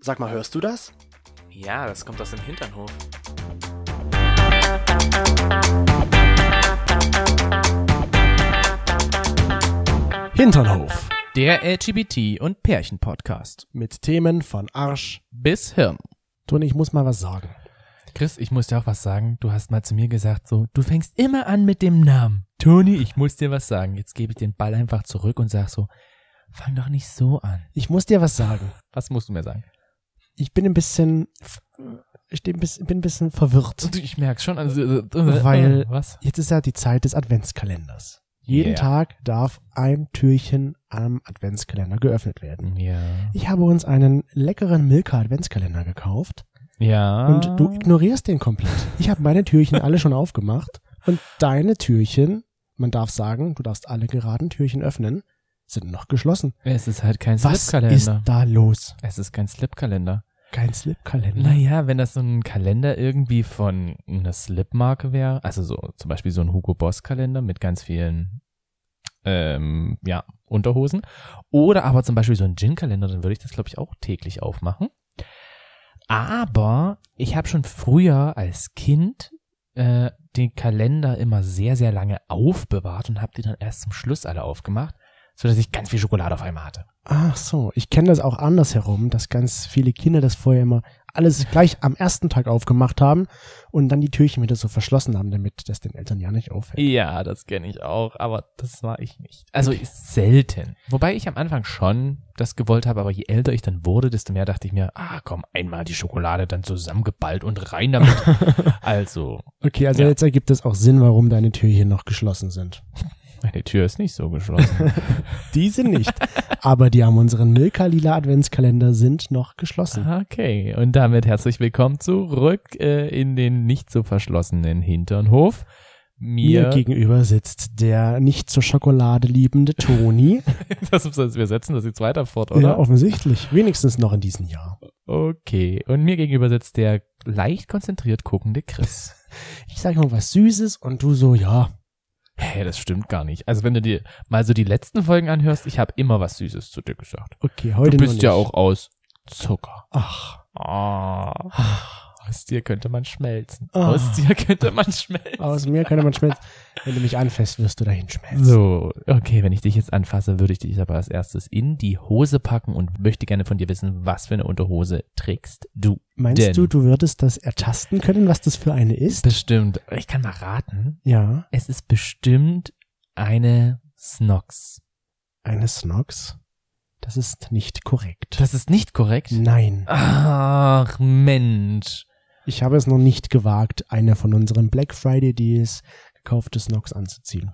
Sag mal, hörst du das? Ja, das kommt aus dem Hinternhof. Hinternhof. Der LGBT- und Pärchen-Podcast. Mit Themen von Arsch. Bis Hirn. Toni, ich muss mal was sagen. Chris, ich muss dir auch was sagen. Du hast mal zu mir gesagt, so, du fängst immer an mit dem Namen. Toni, ich muss dir was sagen. Jetzt gebe ich den Ball einfach zurück und sag so, fang doch nicht so an. Ich muss dir was sagen. Was musst du mir sagen? Ich bin ein bisschen, ich bin ein bisschen- bin ein bisschen verwirrt. Du, Ich merk's schon. Also, Weil- was? Jetzt ist ja die Zeit des Adventskalenders. Jeden Ja. Tag darf ein Türchen am Adventskalender geöffnet werden. Ja. Ich habe uns einen leckeren Milka Adventskalender gekauft Ja. und du ignorierst den komplett. Ich habe meine Türchen alle schon aufgemacht und deine Türchen, man darf sagen, du darfst alle geraden Türchen öffnen, sind noch geschlossen. Es ist halt kein Was ist Slipkalender. da los? Es ist kein Slipkalender. Kein Slipkalender. Naja, wenn das so ein Kalender irgendwie von einer Slip-Marke wäre, also so zum Beispiel so ein Hugo Boss-Kalender mit ganz vielen ähm, ja, Unterhosen. Oder aber zum Beispiel so ein Gin-Kalender, dann würde ich das, glaube ich, auch täglich aufmachen. Aber ich habe schon früher als Kind äh, den Kalender immer sehr, sehr lange aufbewahrt und habe die dann erst zum Schluss alle aufgemacht, sodass ich ganz viel Schokolade auf einmal hatte. Ach so, ich kenne das auch andersherum, dass ganz viele Kinder das vorher immer alles gleich am ersten Tag aufgemacht haben und dann die Türchen wieder so verschlossen haben, damit das den Eltern ja nicht auffällt. Ja, das kenne ich auch, aber das war ich nicht. Also ist selten. Wobei ich am Anfang schon das gewollt habe, aber je älter ich dann wurde, desto mehr dachte ich mir, ah komm, einmal die Schokolade dann zusammengeballt und rein damit. also, Okay, also Ja. jetzt ergibt es auch Sinn, warum deine Türchen noch geschlossen sind. meine Tür ist nicht so geschlossen. Diese nicht, aber die haben unseren Milka-lila Adventskalender sind noch geschlossen. okay, und damit herzlich willkommen zurück äh, in den nicht so verschlossenen Hinternhof. Mir Mir, gegenüber sitzt der nicht zur Schokolade liebende Toni. das, das, wir setzen das jetzt weiter fort, oder? ja, offensichtlich. Wenigstens noch in diesem Jahr. Okay, und mir gegenüber sitzt der leicht konzentriert guckende Chris. Ich sage mal was Süßes und du so, ja, Hä, hey, das stimmt gar nicht. Also wenn du dir mal so die letzten Folgen anhörst, ich habe immer was Süßes zu dir gesagt. okay, heute du noch bist nicht. ja auch aus Zucker. Ach, Ah. Aus dir könnte man schmelzen. Ah. Aus dir könnte man schmelzen. Aus mir könnte man schmelzen. Wenn du mich anfasst, wirst du dahin schmelzen. So, okay, wenn ich dich jetzt anfasse, würde ich dich aber als erstes in die Hose packen und möchte gerne von dir wissen, was für eine Unterhose trägst du. Meinst denn- du, du würdest das ertasten können, was das für eine ist? Bestimmt. Ich kann mal raten. Ja, Es ist bestimmt eine Snox. eine Snox. Das ist nicht korrekt. Das ist nicht korrekt. Nein, Ach, Mensch. ich habe es noch nicht gewagt, eine von unseren Black Friday Deals gekaufte Snox anzuziehen.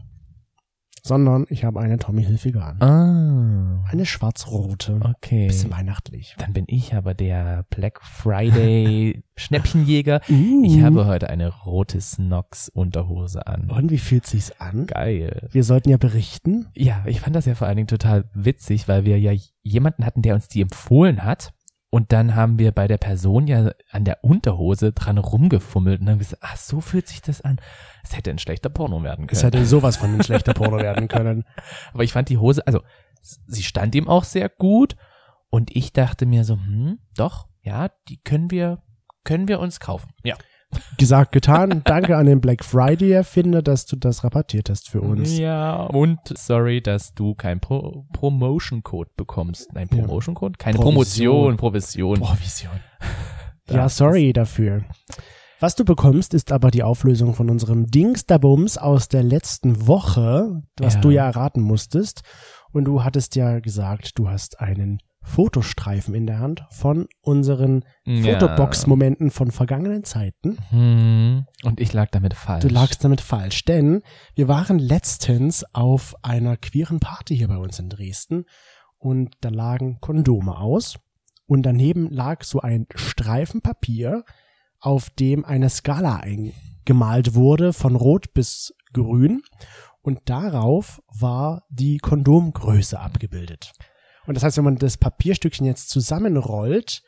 Sondern ich habe eine Tommy Hilfiger an. Ah, Eine schwarz-rote. okay. Bisschen weihnachtlich. Dann bin ich aber der Black Friday Schnäppchenjäger. Ich Uh. Oh habe heute eine rote Snox Unterhose an. Und wie fühlt sich's an? Geil. Wir sollten ja berichten. Ja, ich fand das ja vor allen Dingen total witzig, weil wir ja jemanden hatten, der uns die empfohlen hat. Und dann haben wir bei der Person ja an der Unterhose dran rumgefummelt und haben gesagt, ach, so fühlt sich das an. Es hätte ein schlechter Porno werden können. Es hätte sowas von ein schlechter Porno werden können. Aber ich fand die Hose, also s- sie stand ihm auch sehr gut und ich dachte mir so, hm, doch, ja, die können wir, können wir uns kaufen. Ja. gesagt, getan. Danke an den Black Friday Erfinder, dass du das rabattiert hast für uns. Ja, und sorry, dass du keinen Pro Promotion Code bekommst. Nein, Ja. Promotion Code? Keine Provision. Promotion, Provision. Provision. Ja, sorry dafür. Was du bekommst, ist aber die Auflösung von unserem Dingsterbums aus der letzten Woche, was Ja. du ja erraten musstest. Und du hattest ja gesagt, du hast einen Fotostreifen in der Hand von unseren Hm, Ja. Fotobox-Momenten von vergangenen Zeiten. Hm, und ich lag damit falsch. Du lagst damit falsch, denn wir waren letztens auf einer queeren Party hier bei uns in Dresden und da lagen Kondome aus und daneben lag so ein Streifen Papier, auf dem eine Skala eingemalt wurde von rot bis grün und darauf war die Kondomgröße abgebildet. Und das heißt, wenn man das Papierstückchen jetzt zusammenrollt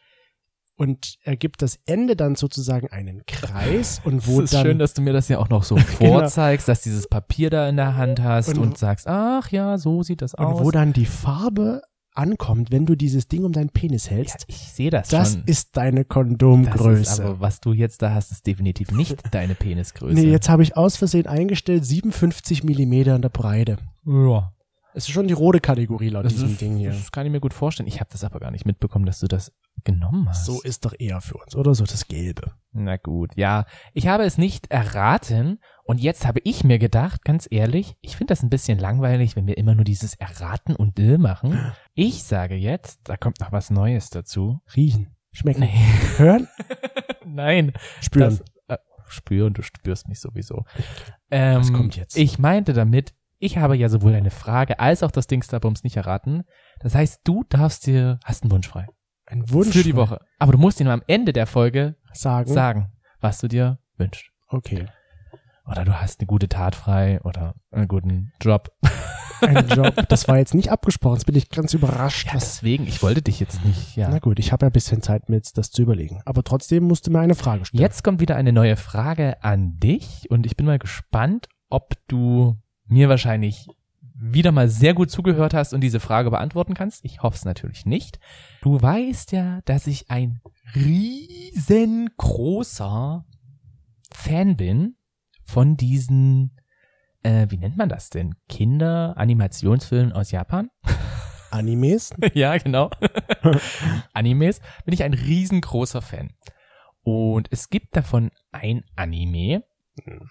und ergibt das Ende dann sozusagen einen Kreis und wo es ist dann Genau. schön, dass du mir das ja auch noch so vorzeigst, dass dieses Papier da in der Hand hast Und- und, sagst, ach ja, so sieht das Und aus. wo dann die Farbe ankommt, wenn du dieses Ding um deinen Penis Ja, hältst, ich sehe das, das schon. ist deine das Kondomgröße. ist aber, was du jetzt da hast, ist definitiv nicht deine Penisgröße. nee, jetzt habe ich aus Versehen eingestellt 57 Millimeter in der Breite. ja. Es ist schon die rote Kategorie laut Das, diesem ist, Oh, Ding hier. das kann ich mir gut vorstellen. Ich habe das aber gar nicht mitbekommen, dass du das genommen hast. So ist doch eher für uns, oder so das Gelbe. Na gut, ja. Ich habe es nicht erraten und jetzt habe ich mir gedacht, ganz ehrlich, ich finde das ein bisschen langweilig, wenn wir immer nur dieses Erraten und Dill machen. Ich sage jetzt, da kommt noch was Neues dazu. Riechen, schmecken, Nee. hören, Nein. spüren. Das, äh, spüren, du spürst mich sowieso. Ähm, Was kommt jetzt? Ich meinte damit, ich habe ja sowohl eine Frage als auch das Dingsda-Bums nicht erraten. Das heißt, du darfst dir, hast einen Wunsch frei. Ein Wunsch Mhm. für die Woche. Aber du musst ihn am Ende der Folge sagen. sagen, was du dir wünschst. Okay. Oder du hast eine gute Tat frei oder einen guten Job. Ein Job. Das war jetzt nicht abgesprochen. Jetzt bin ich ganz überrascht. Ja, was- deswegen, ich wollte dich jetzt nicht, Na ja. gut, ich habe ja ein bisschen Zeit, mir jetzt das zu überlegen. Aber trotzdem musst du mir eine Frage stellen. Jetzt kommt wieder eine neue Frage an dich und ich bin mal gespannt, ob du mir wahrscheinlich wieder mal sehr gut zugehört hast und diese Frage beantworten kannst. Ich hoffe es natürlich nicht. Du weißt ja, dass ich ein riesengroßer Fan bin von diesen, äh, wie nennt man das denn? Kinder-Animationsfilmen aus Japan? Animes? ja, genau. Animes bin ich ein riesengroßer Fan. Und es gibt davon ein Anime,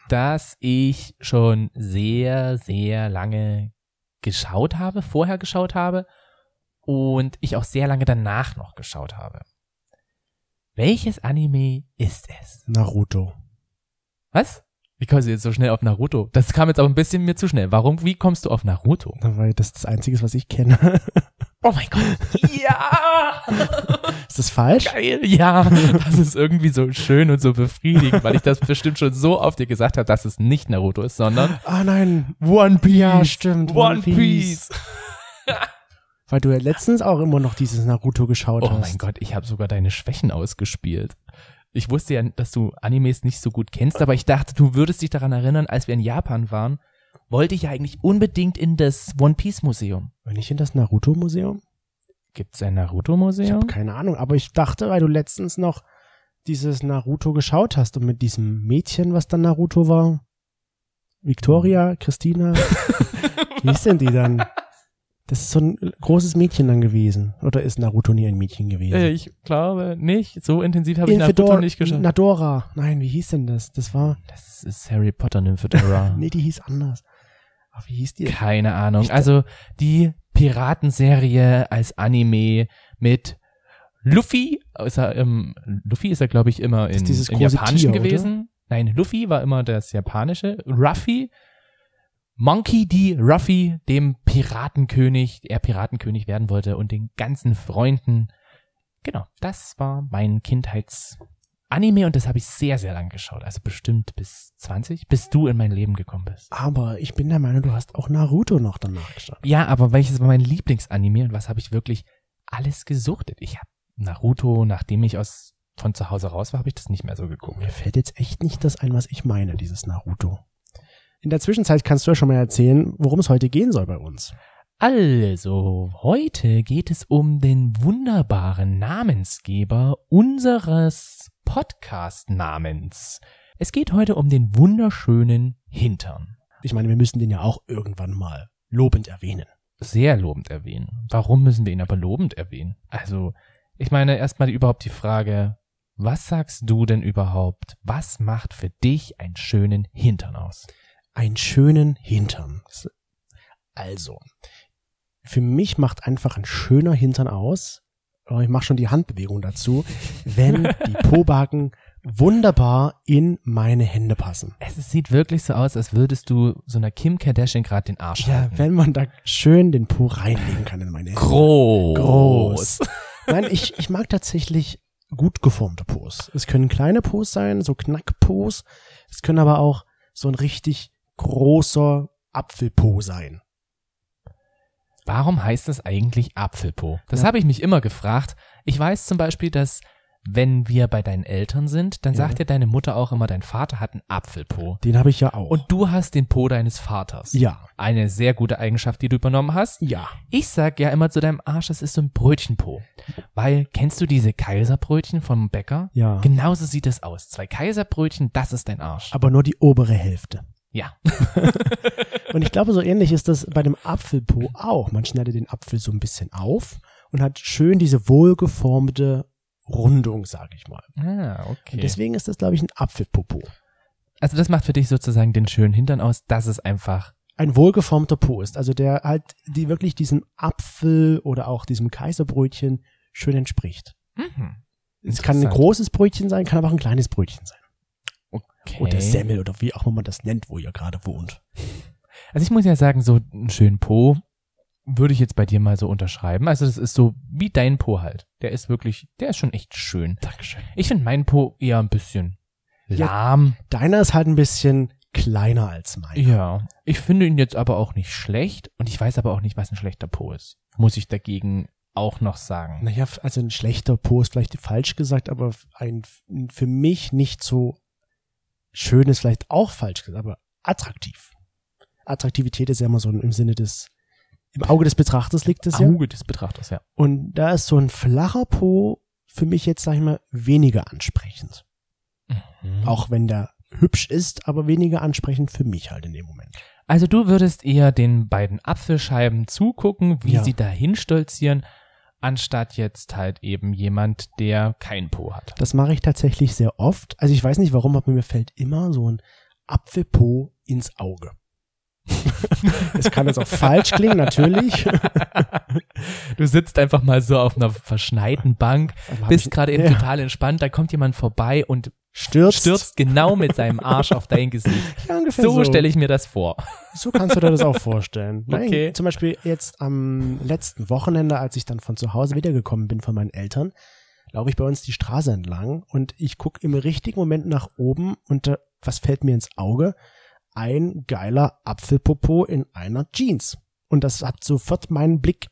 das ich schon sehr, sehr lange geschaut habe, vorher geschaut habe und ich auch sehr lange danach noch geschaut habe. Welches Anime ist es? Naruto. Was? Wie kommst du jetzt so schnell auf Naruto? Das kam jetzt aber ein bisschen mir zu schnell. Warum, wie kommst du auf Naruto? Na, Weil das ist das Einzige, was ich kenne. Oh mein Gott. Ja! Ist das falsch? geil. Ja, das ist irgendwie so schön und so befriedigend, weil ich das bestimmt schon so oft dir gesagt habe, dass es nicht Naruto ist, sondern Ah nein, One Piece. Ja, stimmt. One Piece. Weil du ja letztens auch immer noch dieses Naruto geschaut Oh hast. mein Gott, ich habe sogar deine Schwächen ausgespielt. Ich wusste ja, dass du Animes nicht so gut kennst, aber ich dachte, du würdest dich daran erinnern, als wir in Japan waren, wollte ich ja eigentlich unbedingt in das One Piece Museum. Bin ich in das Naruto-Museum? Gibt's ein Naruto Ich Museum? habe keine Ahnung, aber ich dachte, weil du letztens noch dieses Naruto geschaut hast und mit diesem Mädchen, was dann Naruto war. Victoria, Mhm. Christina. Wie ist denn die dann? Das ist so ein großes Mädchen dann gewesen. Oder ist Naruto nie ein Mädchen gewesen? Äh, ich glaube nicht. So intensiv habe ich Naruto Infidor- nicht geschaut. Nadora. Nein, wie hieß denn das? Das war. das ist Harry Potter Nymphedora. Nee, die hieß anders. Aber wie hieß die? denn? Keine Ahnung. Ich- Also die Piratenserie als Anime mit Luffy, ist er im, Luffy ist er glaube ich immer Das ist in, dieses im große Japanischen Tier, oder? gewesen. Nein, Luffy war immer das Japanische. Ruffy, Monkey D. Ruffy, dem Piratenkönig, der Piratenkönig werden wollte und den ganzen Freunden. Genau, das war mein Kindheits-Anime und das habe ich sehr, sehr lang geschaut. Also bestimmt bis 20, bis du in mein Leben gekommen bist. Aber ich bin der Meinung, du hast auch Naruto noch danach geschaut. Ja, aber welches war mein Lieblingsanime und was habe ich wirklich alles gesuchtet? Ich habe Naruto, nachdem ich aus von zu Hause raus war, habe ich das nicht mehr so geguckt. Mir fällt jetzt echt nicht das ein, was ich meine, dieses Naruto. In der Zwischenzeit kannst du ja schon mal erzählen, worum es heute gehen soll bei uns. Also, heute geht es um den wunderbaren Namensgeber unseres Podcast-Namens. Es geht heute um den wunderschönen Hintern. Ich meine, wir müssen den ja auch irgendwann mal lobend erwähnen. Sehr lobend erwähnen. Warum müssen wir ihn aber lobend erwähnen? Also, ich meine erstmal überhaupt die Frage, was sagst du denn überhaupt? Was macht für dich einen schönen Hintern aus? Einen schönen Hintern. Also, für mich macht einfach ein schöner Hintern aus, oh, ich mache schon die Handbewegung dazu, wenn die Pobacken wunderbar in meine Hände passen. Es es sieht wirklich so aus, als würdest du so einer Kim Kardashian gerade den Arsch Ja, halten. wenn man da schön den Po reinlegen kann in meine Hände. groß. Groß. Nein, ich, ich mag tatsächlich gut geformte Po's. Es können kleine Po's sein, so Knackpo's. Es können aber auch so ein richtig großer Apfelpo sein. Warum heißt das eigentlich Apfelpo? Das Ja. habe ich mich immer gefragt. Ich weiß zum Beispiel, dass wenn wir bei deinen Eltern sind, dann Ja. sagt dir deine Mutter auch immer, dein Vater hat einen Apfelpo. Den habe ich ja auch. Und du hast den Po deines Vaters. ja. Eine sehr gute Eigenschaft, die du übernommen hast. Ja. Ich sag ja immer zu deinem Arsch, das ist so ein Brötchenpo. Weil, kennst du diese Kaiserbrötchen vom Bäcker? Ja. Genauso sieht es aus. Zwei Kaiserbrötchen, das ist dein Arsch. Aber nur die obere Hälfte. Ja. Und ich glaube, so ähnlich ist das bei dem Apfelpo auch. Man schneidet den Apfel so ein bisschen auf und hat schön diese wohlgeformte Rundung, sage ich mal. Ah, okay. Und deswegen ist das, glaube ich, ein Apfelpopo. also das macht für dich sozusagen den schönen Hintern aus, dass es einfach Ein wohlgeformter Po ist, also der halt die wirklich diesem Apfel oder auch diesem Kaiserbrötchen schön entspricht. mhm. Es kann ein Interessant. großes Brötchen sein, kann aber auch ein kleines Brötchen sein. okay. Oder Semmel oder wie auch immer man das nennt, wo ihr gerade wohnt. Also ich muss ja sagen, so einen schönen Po würde ich jetzt bei dir mal so unterschreiben. Also das ist so wie dein Po halt. Der ist wirklich, der ist schon echt schön. Dankeschön. Ich finde meinen Po eher ein bisschen Ja. lahm. Deiner ist halt ein bisschen kleiner als mein. Ja. Ich finde ihn jetzt aber auch nicht schlecht und ich weiß aber auch nicht, was ein schlechter Po ist. Muss ich dagegen auch noch sagen. Naja, f- also ein schlechter Po ist vielleicht falsch gesagt, aber f- ein f- ein für mich nicht so schön ist vielleicht auch falsch gesagt, aber attraktiv. Attraktivität ist ja immer so im Sinne des, im Auge des Betrachters liegt es ja. Auge des Betrachters, ja. Und da ist so ein flacher Po für mich jetzt, sag ich mal, weniger ansprechend. Mhm. Auch wenn der hübsch ist, aber weniger ansprechend für mich halt in dem Moment. Also du würdest eher den beiden Apfelscheiben zugucken, wie Ja. sie dahin stolzieren, anstatt jetzt halt eben jemand, der kein Po hat. Das mache ich tatsächlich sehr oft. Also ich weiß nicht warum, aber mir fällt immer so ein Apfelpo ins Auge. das kann jetzt auch falsch klingen, natürlich. Du sitzt einfach mal so auf einer verschneiten Bank, bist gerade eben ja. total entspannt, da kommt jemand vorbei und Stürzt. stürzt genau mit seinem Arsch auf dein Gesicht. Ja, ungefähr So stelle ich mir das vor. So kannst du dir das auch vorstellen. Nein, Okay. Zum Beispiel jetzt am letzten Wochenende, als ich dann von zu Hause wiedergekommen bin von meinen Eltern, laufe ich bei uns die Straße entlang und ich gucke im richtigen Moment nach oben und da, was fällt mir ins Auge? Ein geiler Apfelpopo in einer Jeans. Und das hat sofort meinen Blick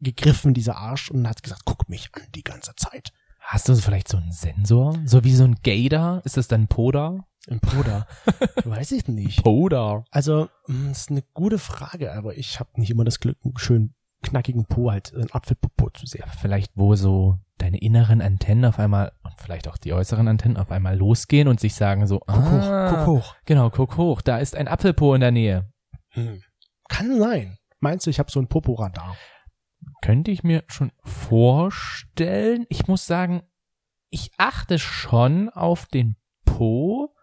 gegriffen, dieser Arsch, und hat gesagt, guck mich an die ganze Zeit. Hast du vielleicht so einen Sensor? So wie so ein Gator? Ist das dann ein Poda? Im Bruder. Weiß ich nicht. Poda. Also, mh, ist eine gute Frage, aber ich habe nicht immer das Glück, einen schönen knackigen Po halt, einen Apfelpopo zu sehen. Vielleicht wo so deine inneren Antennen auf einmal und vielleicht auch die äußeren Antennen auf einmal losgehen und sich sagen so, Guck ah, hoch, guck hoch. Genau, guck hoch, da ist ein Apfelpo in der Nähe. Hm. Kann sein. Meinst du, ich habe so ein Poporadar? Könnte ich mir schon vorstellen. Ich muss sagen, ich achte schon auf den Po,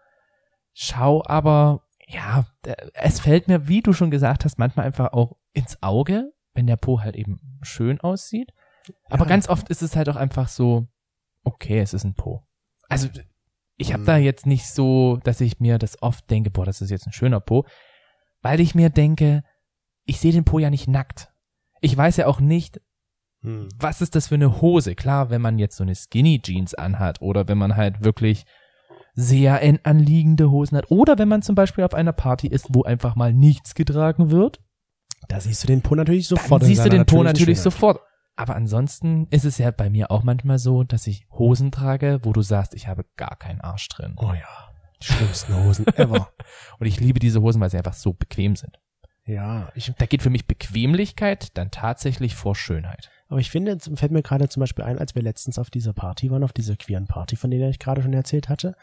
schau aber, ja, äh, es fällt mir, wie du schon gesagt hast, manchmal einfach auch ins Auge, wenn der Po halt eben schön aussieht. Aber Ja. ganz oft ist es halt auch einfach so, okay, es ist ein Po. Also ich habe Hm. da jetzt nicht so, dass ich mir das oft denke, boah, das ist jetzt ein schöner Po, weil ich mir denke, ich sehe den Po ja nicht nackt. Ich weiß ja auch nicht, Hm. was ist das für eine Hose? Klar, wenn man jetzt so eine Skinny Jeans anhat oder wenn man halt wirklich sehr eng anliegende Hosen hat oder wenn man zum Beispiel auf einer Party ist, wo einfach mal nichts getragen wird, Da siehst du den Po natürlich dann sofort. in siehst du seiner den Po natürlichen natürlich Schönheit. sofort. Aber ansonsten ist es ja bei mir auch manchmal so, dass ich Hosen trage, wo du sagst, ich habe gar keinen Arsch drin. Oh ja. Die schlimmsten Hosen ever. Und ich liebe diese Hosen, weil sie einfach so bequem sind. ja, ich, Da geht für mich Bequemlichkeit dann tatsächlich vor Schönheit. aber ich finde, es fällt mir gerade zum Beispiel ein, als wir letztens auf dieser Party waren, auf dieser queeren Party, von der ich gerade schon erzählt hatte,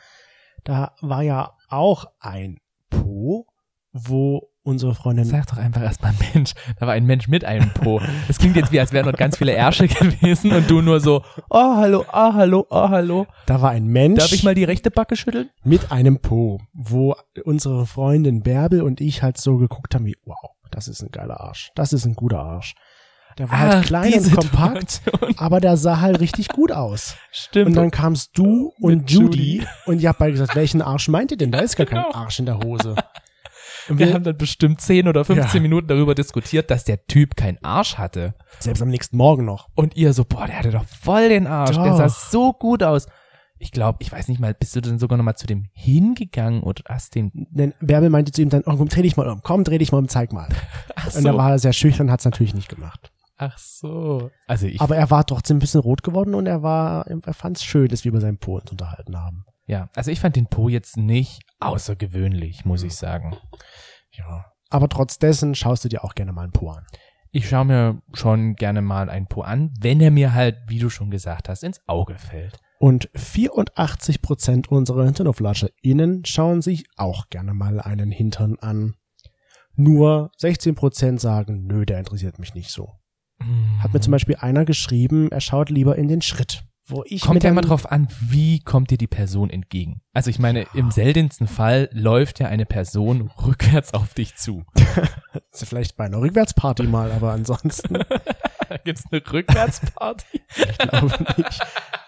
da war ja auch ein Po, wo unsere Freundin Sag doch einfach erstmal Mensch. Da war ein Mensch mit einem Po. Das klingt jetzt wie, als wären dort ganz viele Ärsche gewesen und du nur so, oh hallo, ah hallo, ah hallo. Da war ein Mensch Darf ich mal die rechte Backe schütteln? mit einem Po, wo unsere Freundin Bärbel und ich halt so geguckt haben wie, wow, das ist ein geiler Arsch, das ist ein guter Arsch. Der war halt klein und diese kompakt, Situation. aber der sah halt richtig gut aus. Stimmt. Und dann kamst du und Mit Judy, Judy. und ihr habt beide gesagt, welchen Arsch meint ihr denn? Da ist gar kein Genau. Arsch in der Hose. Und wir haben dann bestimmt 10 oder 15 Ja. Minuten darüber diskutiert, dass der Typ keinen Arsch hatte. Selbst am nächsten Morgen noch. Und ihr so, boah, der hatte doch voll den Arsch. Der Doch. sah so gut aus. Ich glaube, ich weiß nicht mal, bist du denn sogar noch mal zu dem hingegangen und hast den Denn Bärbel meinte zu ihm dann, oh komm, dreh dich mal um, komm, dreh dich mal um, zeig mal. Ach Und so. da war er sehr schüchtern, hat's natürlich nicht gemacht. Ach so. Also ich, Aber er war trotzdem ein bisschen rot geworden und er war, er fand es schön, dass wir über seinen Po uns unterhalten haben. ja, also ich fand den Po jetzt nicht außergewöhnlich, muss ich sagen. Ja. Aber trotz dessen schaust du dir auch gerne mal einen Po an. Ich schaue mir schon gerne mal einen Po an, wenn er mir halt, wie du schon gesagt hast, ins Auge fällt. Und 84% unserer HinternoflascherInnen schauen sich auch gerne mal einen Hintern an. Nur 16% sagen, nö, der interessiert mich nicht so. Hm. Hat mir Mhm. zum Beispiel einer geschrieben, er schaut lieber in den Schritt. Wo ich kommt mit ja immer einem- drauf an, wie kommt dir die Person entgegen. Also ich meine, im seltensten Fall läuft ja eine Person rückwärts auf dich zu. Ist Vielleicht bei einer Rückwärtsparty mal, aber ansonsten Da gibt's eine Rückwärtsparty. glaube nicht.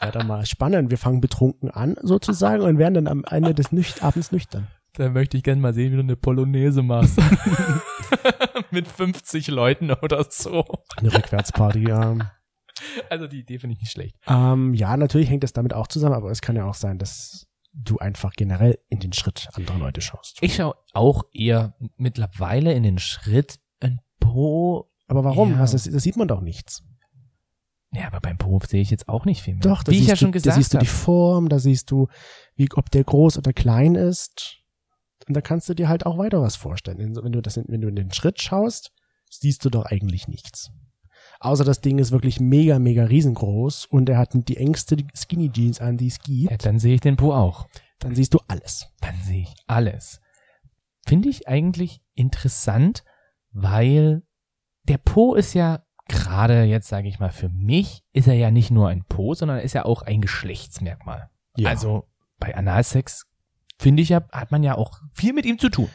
Wäre doch mal spannend. Wir fangen betrunken an sozusagen und werden dann am Ende des Nüch Abends nüchtern. da möchte ich gerne mal sehen, wie du eine Polonaise machst. Mit 50 Leuten oder so. Eine Rückwärtsparty, ja. Also die Idee finde ich nicht schlecht. Ähm, ja, natürlich hängt das damit auch zusammen, aber es kann ja auch sein, dass du einfach generell in den Schritt anderer Leute schaust. Ich schaue auch eher mittlerweile in den Schritt ein Po. Aber warum? Ja. Was ist, das sieht man doch nichts. Ja, aber beim Po sehe ich jetzt auch nicht viel mehr. Doch, da Wie ich siehst ja du, schon da gesagt siehst du habe. die Form, da siehst du, wie, ob der groß oder klein ist. Und da kannst du dir halt auch weiter was vorstellen. Inso- Wenn du, das, in- wenn du in den Schritt schaust, siehst du doch eigentlich nichts. Außer das Ding ist wirklich mega, mega riesengroß und er hat die engste Skinny Jeans an, die es Ja, gibt, dann sehe ich den Po auch. dann siehst du alles. dann sehe ich alles. Finde ich eigentlich interessant, weil der Po ist ja gerade jetzt, sage ich mal, für mich ist er ja nicht nur ein Po, sondern ist ja auch ein Geschlechtsmerkmal. Ja. Also bei Analsex finde ich ja, hat man ja auch viel mit ihm zu tun.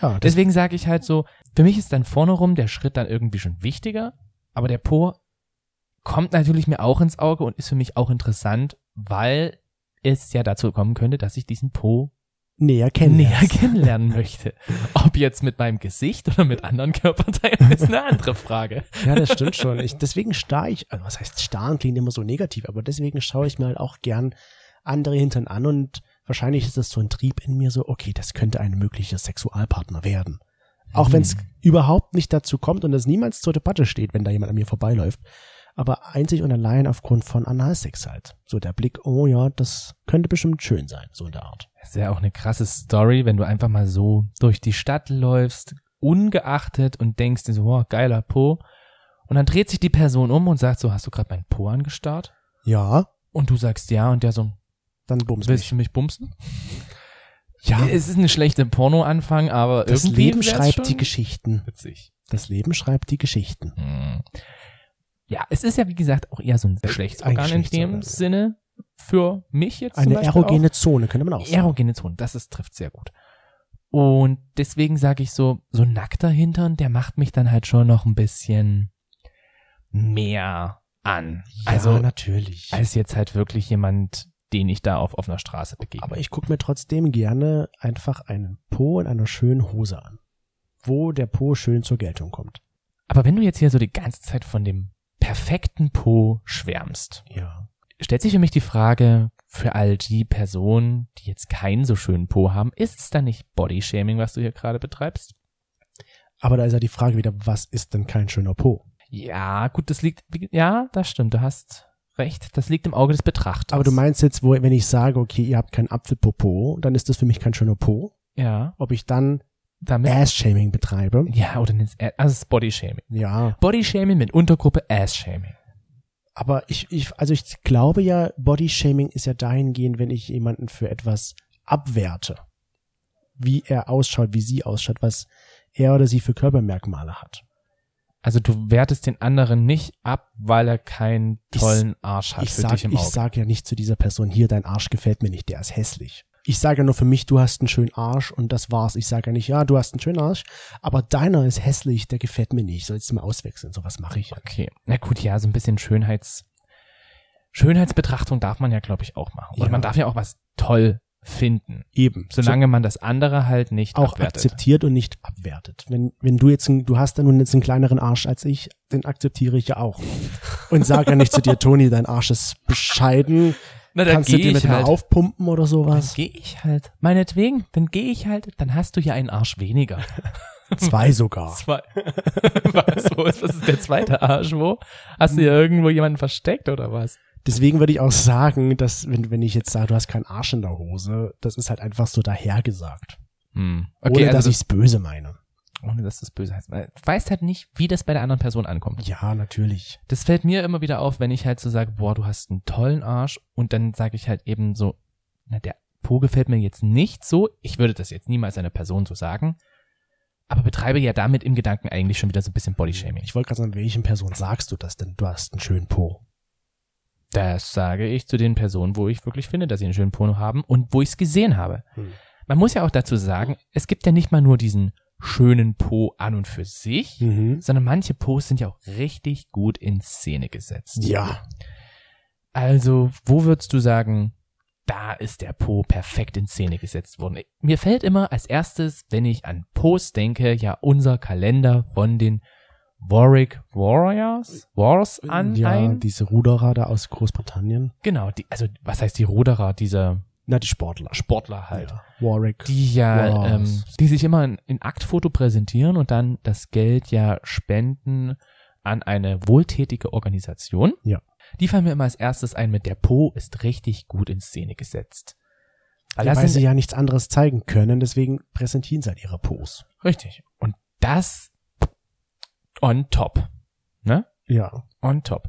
ja, das, Deswegen sage ich halt so, für mich ist dann vorne rum der Schritt dann irgendwie schon wichtiger, aber der Po kommt natürlich mir auch ins Auge und ist für mich auch interessant, weil es ja dazu kommen könnte, dass ich diesen Po näher kennen. näher kennenlernen möchte. Ob jetzt mit meinem Gesicht oder mit anderen Körperteilen, ist eine andere Frage. Ja, das stimmt schon. Ich, deswegen starr ich, also was heißt starren klingt immer so negativ, aber deswegen schaue ich mir halt auch gern andere Hintern an und wahrscheinlich ist das so ein Trieb in mir so, okay, das könnte ein möglicher Sexualpartner werden. Auch Hm. wenn es überhaupt nicht dazu kommt und es niemals zur Debatte steht, wenn da jemand an mir vorbeiläuft. Aber einzig und allein aufgrund von Analsex halt. So der Blick, oh ja, das könnte bestimmt schön sein, so in der Art. Das ist ja auch eine krasse Story, wenn du einfach mal so durch die Stadt läufst, ungeachtet und denkst dir so, wow, geiler Po. Und dann dreht sich die Person um und sagt so, hast du gerade meinen Po angestarrt? Ja, Und du sagst ja und der so, dann bums willst mich. du mich bumsen? Ja, Es ist eine schlechte Porno-Anfang, aber das Äh, irgendwie Leben wär's schon schreibt die Geschichten. Witzig. Das Leben schreibt die Geschichten. Hm. Ja, es ist ja wie gesagt auch eher Äh, so ein Geschlechtsorgan in Geschlechtsorgan, dem ja. Sinne für mich jetzt zum Eine Beispiel erogene Zone, könnte man auch auch. sagen. erogene Zone. Das ist, trifft sehr gut. Und deswegen sage ich so, so ein nackter Hintern, der macht mich dann halt schon noch ein bisschen mehr an. also natürlich. als jetzt halt wirklich jemand, den ich da auf offener Straße begegne. aber ich gucke mir trotzdem gerne einfach einen Po in einer schönen Hose an, wo der Po schön zur Geltung kommt. Aber wenn du jetzt hier so die ganze Zeit von dem perfekten Po schwärmst, Ja. stellt sich für mich die Frage, für all die Personen, die jetzt keinen so schönen Po haben, ist es dann nicht Bodyshaming, was du hier gerade betreibst? Aber da ist ja die Frage wieder, was ist denn kein schöner Po? Ja, gut, das liegt, wie- ja, das stimmt, du hast recht, das liegt im Auge des Betrachters. Aber du meinst jetzt, wo, wenn ich sage, okay, ihr habt keinen Apfelpopo, dann ist das für mich kein schöner Po. ja, Ob ich dann damit, Ass-Shaming betreibe? ja, oder nennst, also es ist Bodyshaming. Ja. Bodyshaming mit Untergruppe Ass-Shaming. Aber ich, ich, also ich glaube ja, Body-Shaming ist ja dahingehend, wenn ich jemanden für etwas abwerte. Wie er ausschaut, wie sie ausschaut, was er oder sie für Körpermerkmale hat. Also du wertest den anderen nicht ab, weil er keinen Ich- tollen Arsch hat ich für sag, dich im ich Auge. sag ja nicht zu dieser Person, hier, dein Arsch gefällt mir nicht, der ist hässlich. Ich sage ja nur für mich, du hast einen schönen Arsch und das war's. Ich sage ja nicht, ja, du hast einen schönen Arsch, aber deiner ist hässlich, der gefällt mir nicht. Sollst du mal auswechseln, sowas mache ich. ja. Okay. Na gut, ja, so ein bisschen Schönheits Schönheitsbetrachtung darf man ja, glaube ich, auch machen. Oder Ja. man darf ja auch was toll finden, Eben. solange man das andere halt nicht auch abwertet. akzeptiert und nicht abwertet. Wenn, wenn du jetzt, einen, du hast ja nun jetzt einen kleineren Arsch als ich, den akzeptiere ich ja auch. Und sage ja nicht zu dir, Toni, dein Arsch ist bescheiden, Na, kannst du geh halt. dir mit mal aufpumpen oder Dann sowas. gehe ich halt. Meinetwegen, dann gehe ich halt. Dann hast du ja einen Arsch weniger. Zwei sogar. Zwei. was, wo ist, was ist der zweite Arsch? Wo? Hast Hm. du hier irgendwo jemanden versteckt oder was? Deswegen würde ich auch sagen, dass, wenn, wenn ich jetzt sage, du hast keinen Arsch in der Hose, das ist halt einfach so dahergesagt. Hm. Ohne, Okay, dass also ich's böse meine. das, ohne dass das böse heißt. Weil du weißt halt nicht, wie das bei der anderen Person ankommt. Ja, natürlich. Das fällt mir immer wieder auf, wenn ich halt so sage, boah, du hast einen tollen Arsch und dann sage ich halt eben so, na, der Po gefällt mir jetzt nicht so. Ich würde das jetzt niemals einer Person so sagen. Aber betreibe ja damit im Gedanken eigentlich schon wieder so ein bisschen Bodyshaming. Ich wollte gerade sagen, welchen Person sagst du das denn? Du hast einen schönen Po. Das sage ich zu den Personen, wo ich wirklich finde, dass sie einen schönen Porno haben und wo ich es gesehen habe. Hm. Man muss ja auch dazu sagen, es gibt ja nicht mal nur diesen schönen Po an und für sich, Mhm. sondern manche Posts sind ja auch richtig gut in Szene gesetzt. Ja. Also, wo würdest du sagen, da ist der Po perfekt in Szene gesetzt worden? Mir fällt immer als erstes, wenn ich an Post denke, ja unser Kalender von den Warwick Warriors, Wars an ja, ein. diese Ruderer da aus Großbritannien. Genau, die, also was heißt die Ruderer, dieser Na, die Sportler. Sportler halt, Ja. Warwick. die ja, Wow. ähm, die sich immer in, in Aktfoto präsentieren und dann das Geld ja spenden an eine wohltätige Organisation. Ja. Die fallen mir immer als erstes ein mit der Po ist richtig gut in Szene gesetzt. Weil ja, das weil sind, sie ja nichts anderes zeigen können, deswegen präsentieren sie halt ihre Pos. richtig. Und das on top. Ja. On top.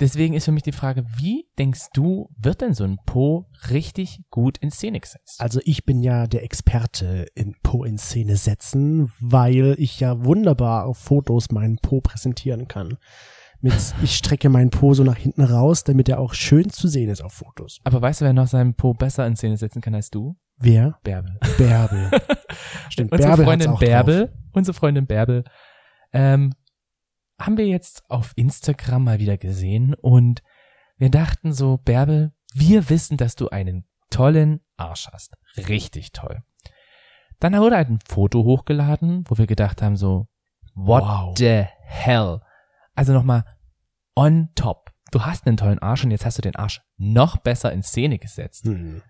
Deswegen ist für mich die Frage, wie denkst du, wird denn so ein Po richtig gut in Szene gesetzt? Also ich bin ja der Experte in Po in Szene setzen, weil ich ja wunderbar auf Fotos meinen Po präsentieren kann. Mit, ich strecke meinen Po so nach hinten raus, damit er auch schön zu sehen ist auf Fotos. Aber weißt du, wer noch seinen Po besser in Szene setzen kann als du? Wer? Bärbel. Bärbel. Stimmt, Unsere Bärbel hat's Freundin auch drauf. Bärbel. Unsere Freundin Bärbel. Ähm, haben wir jetzt auf Instagram mal wieder gesehen und wir dachten so, Bärbel, wir wissen, dass du einen tollen Arsch hast. Richtig toll. Dann wurde halt ein Foto hochgeladen, wo wir gedacht haben so, what Wow. the hell? Also nochmal on top. Du hast einen tollen Arsch und jetzt hast du den Arsch noch besser in Szene gesetzt Hm.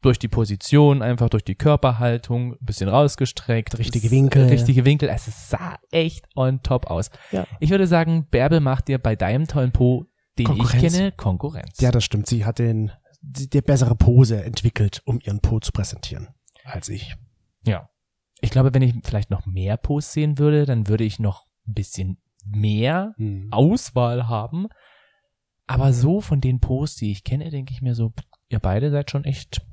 durch die Position, einfach durch die Körperhaltung, ein bisschen rausgestreckt. Richtige Es- Winkel. Richtige Winkel. Es sah echt on top aus. Ja. Ich würde sagen, Bärbel macht dir bei deinem tollen Po, den ich Konkurrenz. kenne, Konkurrenz. Ja, das stimmt. Sie hat den, die, die bessere Pose entwickelt, um ihren Po zu präsentieren, als ich. ja. Ich glaube, wenn ich vielleicht noch mehr Posts sehen würde, dann würde ich noch ein bisschen mehr Hm. Auswahl haben. Aber so von den Posts, die ich kenne, denke ich mir so, ihr beide seid schon echt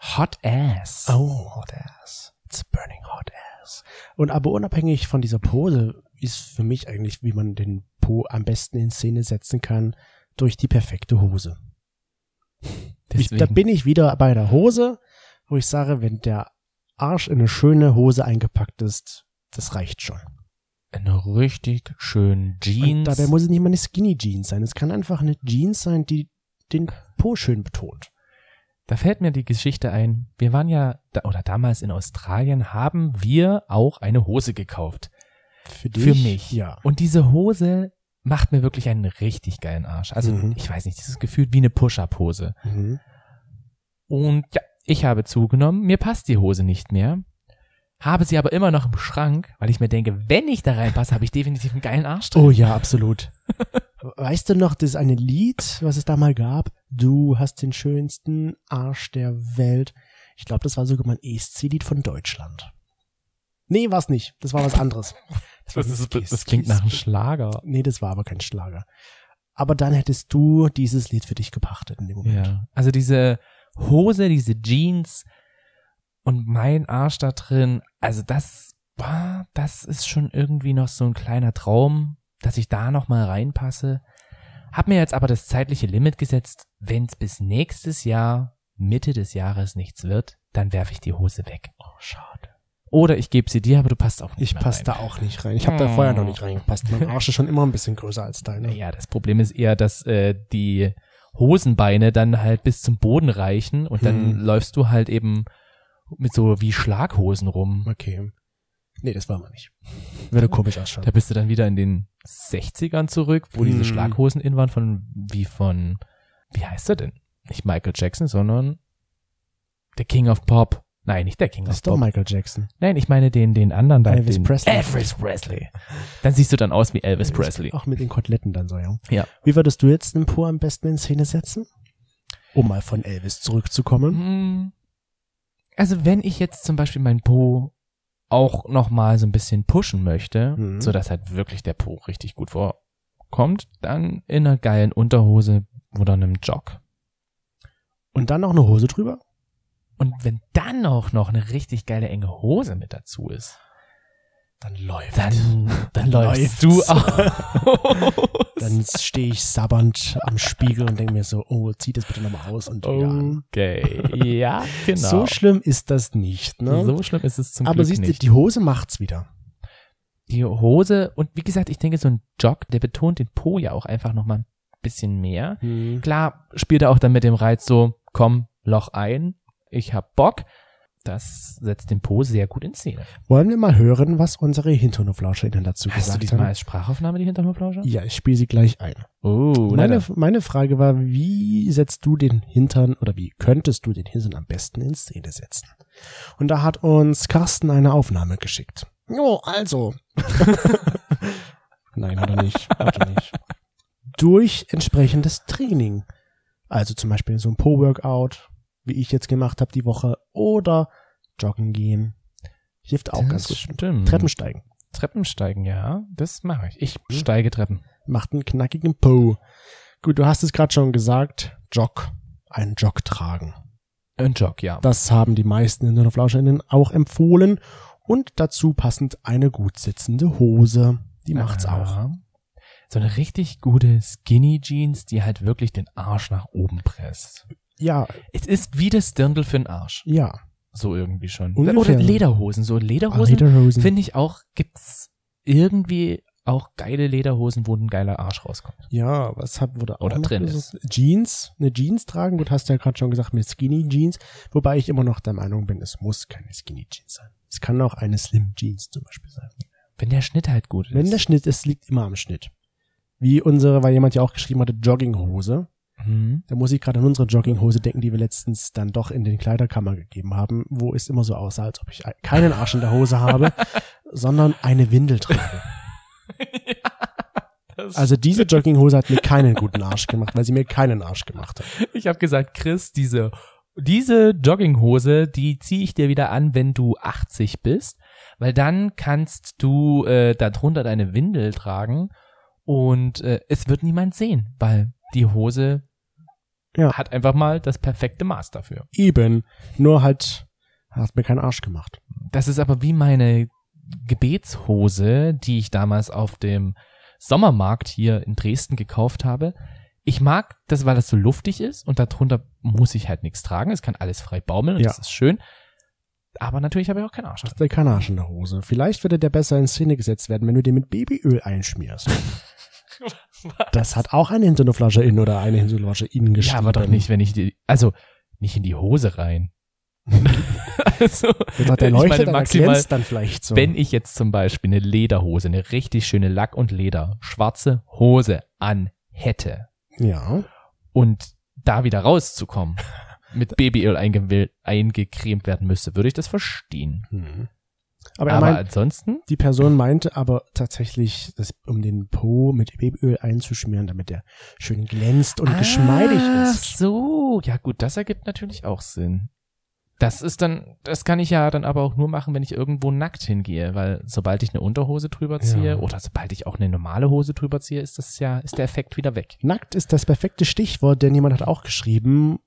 hot ass. Oh, hot ass. It's burning hot ass. Und aber unabhängig von dieser Pose ist für mich eigentlich, wie man den Po am besten in Szene setzen kann, durch die perfekte Hose. Ich, da Deswegen- bin ich wieder bei der Hose, wo ich sage, wenn der Arsch in eine schöne Hose eingepackt ist, das reicht schon. Eine richtig schönen Und Jeans. dabei muss es nicht mal eine Skinny Jeans sein. Es kann einfach eine Jeans sein, die den Po schön betont. da fällt mir die Geschichte ein. Wir waren ja, da, oder damals in Australien, haben wir auch eine Hose gekauft. Für dich? Für mich. Ja. Und diese Hose macht mir wirklich einen richtig geilen Arsch. Also, Mhm. ich weiß nicht, dieses Gefühl wie eine Push-Up-Hose. Mhm. Und ja, ich habe zugenommen. Mir passt die Hose nicht mehr. Habe sie aber immer noch im Schrank, weil ich mir denke, wenn ich da reinpasse, habe ich definitiv einen geilen Arsch drin. Oh ja, absolut. Weißt du noch das eine Lied, was es da mal gab? Du hast den schönsten Arsch der Welt. Ich glaube, das war sogar mal ein ESC-Lied von Deutschland. Nee, war's nicht. Das war was anderes. war Kiss, Kiss. Schlager. Nee, das war aber kein Schlager. Aber dann hättest du dieses Lied für dich gepachtet in dem Moment. Ja. Also diese Hose, diese Jeans und mein Arsch da drin, also das war, das ist schon irgendwie noch so ein kleiner Traum, dass ich da noch mal reinpasse. Hab mir jetzt aber das zeitliche Limit gesetzt, wenn's bis nächstes Jahr Mitte des Jahres nichts wird, dann werfe ich die Hose weg. Oh, schade. Oder ich gebe sie dir, aber du passt auch nicht Ich mehr passe rein. da auch nicht rein. Ich habe da Oh. vorher noch nicht reingepasst. Mein Arsch ist schon immer ein bisschen größer als deiner. Naja, das Problem ist eher, dass äh, die Hosenbeine dann halt bis zum Boden reichen und dann Hm. läufst du halt eben mit so wie Schlaghosen rum. Okay. Nee, das war mal nicht. Würde komisch ausschauen. Da bist du dann wieder in den 60ern zurück, wo diese Hm. Schlaghosen in waren von, wie von, wie heißt er denn? Nicht Michael Jackson, sondern der King of Pop. Nein, nicht der King Das of ist doch Pop. Michael Jackson. Nein, ich meine den, den anderen da. Elvis den Presley. Elvis Presley. Dann siehst du dann aus wie Elvis Presley. Äh, Auch mit den Koteletten dann so, ja. Ja. Wie würdest du jetzt den Po am besten in Szene setzen? Um mal von Elvis zurückzukommen. Mm. Also wenn ich jetzt zum Beispiel meinen Po auch nochmal so ein bisschen pushen möchte, Mhm. sodass halt wirklich der Po richtig gut vorkommt, dann in einer geilen Unterhose oder einem Jog. Und dann noch eine Hose drüber? Und wenn dann auch noch eine richtig geile enge Hose mit dazu ist, Dann läuft. dann, dann läufst Läuft's. du auch. Dann stehe ich sabbernd am Spiegel und denke mir so, oh, zieh das bitte nochmal aus und wieder an. Okay, ja, Oh, genau. So schlimm ist das nicht, ne? So schlimm ist es zum Aber Glück siehst nicht. du, die Hose macht's wieder. die Hose und wie gesagt, ich denke, so ein Jog, der betont den Po ja auch einfach nochmal ein bisschen mehr. Klar, spielt er auch dann mit dem Reiz so, komm, Loch ein, ich hab Bock. Das setzt den Po sehr gut in Szene. Wollen wir mal hören, was unsere HinterhoflauscherInnen dazu Hast du gesagt diesmal haben? als Sprachaufnahme die Hinternhoflauscher? Ja, ich spiele sie gleich ein. Oh, na Meine, dann. meine Frage war, wie setzt du den Hintern oder wie könntest du den Hintern am besten in Szene setzen? Und da hat uns Carsten eine Aufnahme geschickt. Jo, also. Nein, hat er nicht. Hat er nicht. Durch entsprechendes Training. Also zum Beispiel so ein Po-Workout, wie ich jetzt gemacht habe die Woche, oder joggen gehen. Hilft auch ganz das gut. stimmt. Treppensteigen. Treppensteigen, ja, das mache ich. Mhm. Ich steige Treppen. macht einen knackigen Po. Gut, du hast es gerade schon gesagt, Jog, einen Jog tragen. Ein Jog, ja. Das haben die meisten in der FlauscherInnen auch empfohlen und dazu passend eine gut sitzende Hose. Die macht's auch. Ja. So eine richtig gute Skinny Jeans, die halt wirklich den Arsch nach oben presst. Ja, Es ist wie das Dirndl für den Arsch. ja. So irgendwie schon. Ungefähr. Ah, Oder Lederhosen. So Lederhosen Lederhosen. finde ich auch, gibt's irgendwie auch geile Lederhosen, wo ein geiler Arsch rauskommt. Ja, was hat, wurde auch Oder noch drin gesagt? Jeans, eine Jeans tragen, gut, hast du ja gerade schon gesagt, mit Skinny Jeans, wobei ich immer noch der Meinung bin, es muss keine Skinny Jeans sein. Es kann auch eine Slim Jeans zum Beispiel sein. Wenn der Schnitt halt gut ist. Wenn der Schnitt ist, liegt immer am Schnitt. Wie unsere, weil jemand ja auch geschrieben hatte, Jogginghose. Mhm. Da muss ich gerade an unsere Jogginghose denken, die wir letztens dann doch in den Kleiderkammer gegeben haben, wo es immer so aussah, als ob ich ei- keinen Arsch in der Hose habe, sondern eine Windel trage. Also diese Jogginghose hat mir keinen guten Arsch gemacht, weil sie mir keinen Arsch gemacht hat. Ich habe gesagt, Chris, diese, diese Jogginghose, die ziehe ich dir wieder an, wenn du 80 bist, weil dann kannst du äh, darunter deine Windel tragen und äh, es wird niemand sehen, weil die Hose Ja. hat einfach mal das perfekte Maß dafür. Eben, nur halt hat mir keinen Arsch gemacht. Das ist aber wie meine Gebetshose, die ich damals auf dem Sommermarkt hier in Dresden gekauft habe. Ich mag das, weil das so luftig ist und darunter muss ich halt nichts tragen. Es kann alles frei baumeln und Ja. das ist schön. Aber natürlich habe ich auch keinen Arsch. Hast du keinen Arsch in der Hose? Vielleicht würde der besser in Szene gesetzt werden, wenn du den mit Babyöl einschmierst. Das hat auch eine Hinterflasche in oder eine Hinterflasche innen geschrieben. Ja, aber doch nicht, wenn ich die, also nicht in die Hose rein. also, Jetzt hat der Ich leuchtet, meine, aber maximal- glänzt dann vielleicht so. Wenn ich jetzt zum Beispiel eine Lederhose, eine richtig schöne Lack- und Leder, schwarze Hose an hätte, ja. und da wieder rauszukommen, mit Babyöl eingewill- eingecremt werden müsste, würde ich das verstehen. Hm. Aber Aber, er meint, ansonsten, die Person meinte aber tatsächlich, dass, um den Po mit Babyöl einzuschmieren, damit er schön glänzt Ah. und geschmeidig Ach ist. so, ja gut, das ergibt natürlich auch Sinn. Das ist dann, das kann ich ja dann aber auch nur machen, wenn ich irgendwo nackt hingehe, weil sobald ich eine Unterhose drüber ziehe Ja. oder sobald ich auch eine normale Hose drüber ziehe, ist das ja, ist der Effekt wieder weg. Nackt ist das perfekte Stichwort, denn jemand hat auch geschrieben,